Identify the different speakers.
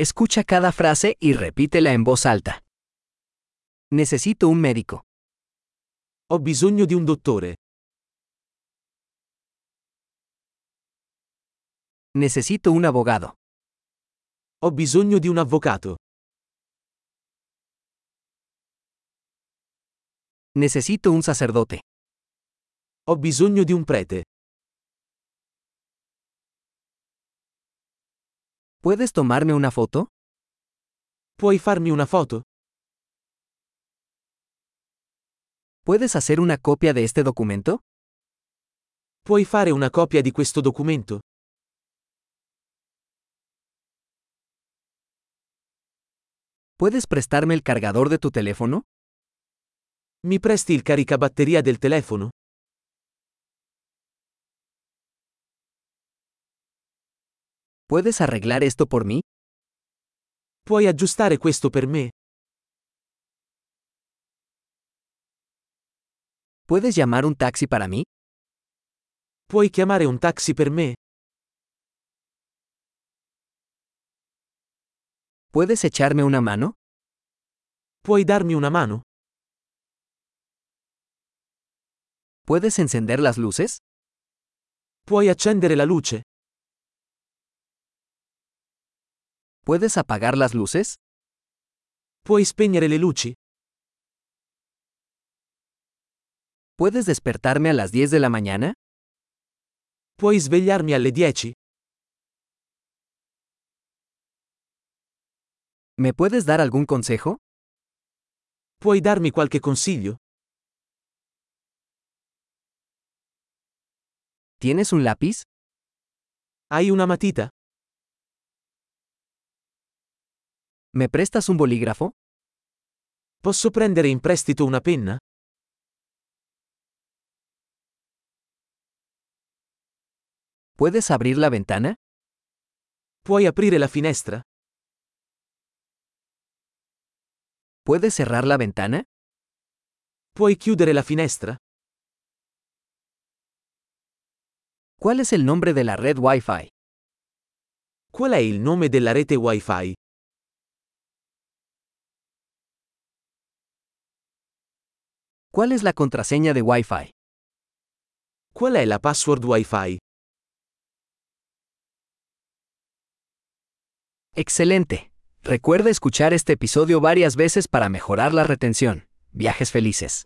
Speaker 1: Escucha cada frase y repítela en voz alta. Necesito un médico.
Speaker 2: Ho bisogno di un dottore.
Speaker 1: Necesito un abogado.
Speaker 2: Ho bisogno di un avvocato.
Speaker 1: Necesito un sacerdote.
Speaker 2: Ho bisogno di un prete.
Speaker 1: ¿Puedes tomarme una foto?
Speaker 2: Puoi farmi una foto?
Speaker 1: ¿Puedes hacer una copia de este documento?
Speaker 2: Puoi fare una copia di questo documento?
Speaker 1: ¿Puedes prestarme el cargador de tu teléfono?
Speaker 2: Mi presti il caricabatteria del telefono?
Speaker 1: ¿Puedes arreglar esto por mí?
Speaker 2: Puoi aggiustare questo per me?
Speaker 1: ¿Puedes llamar un taxi para mí?
Speaker 2: Puoi chiamare un taxi per me?
Speaker 1: ¿Puedes echarme una mano?
Speaker 2: Puoi darmi una mano?
Speaker 1: ¿Puedes encender las luces?
Speaker 2: Puoi accendere la luce?
Speaker 1: ¿Puedes apagar las luces?
Speaker 2: Puoi spegnere le luci?
Speaker 1: ¿Puedes despertarme a las 10 de la mañana?
Speaker 2: Puoi svegliarmi alle 10?
Speaker 1: ¿Me puedes dar algún consejo?
Speaker 2: Puoi darmi qualche consiglio?
Speaker 1: ¿Tienes un lápiz?
Speaker 2: Hai una matita?
Speaker 1: ¿Me prestas un bolígrafo?
Speaker 2: Posso prendere in prestito una penna?
Speaker 1: ¿Puedes abrir la ventana?
Speaker 2: Puoi aprire la finestra?
Speaker 1: ¿Puedes cerrar la ventana?
Speaker 2: Puoi chiudere la finestra?
Speaker 1: ¿Cuál es el nombre de la red Wi-Fi?
Speaker 2: Qual è il nome della rete Wi-Fi?
Speaker 1: ¿Cuál es la contraseña de Wi-Fi?
Speaker 2: Qual è la password Wi-Fi?
Speaker 1: Excelente. Recuerda escuchar este episodio varias veces para mejorar la retención. Viajes felices.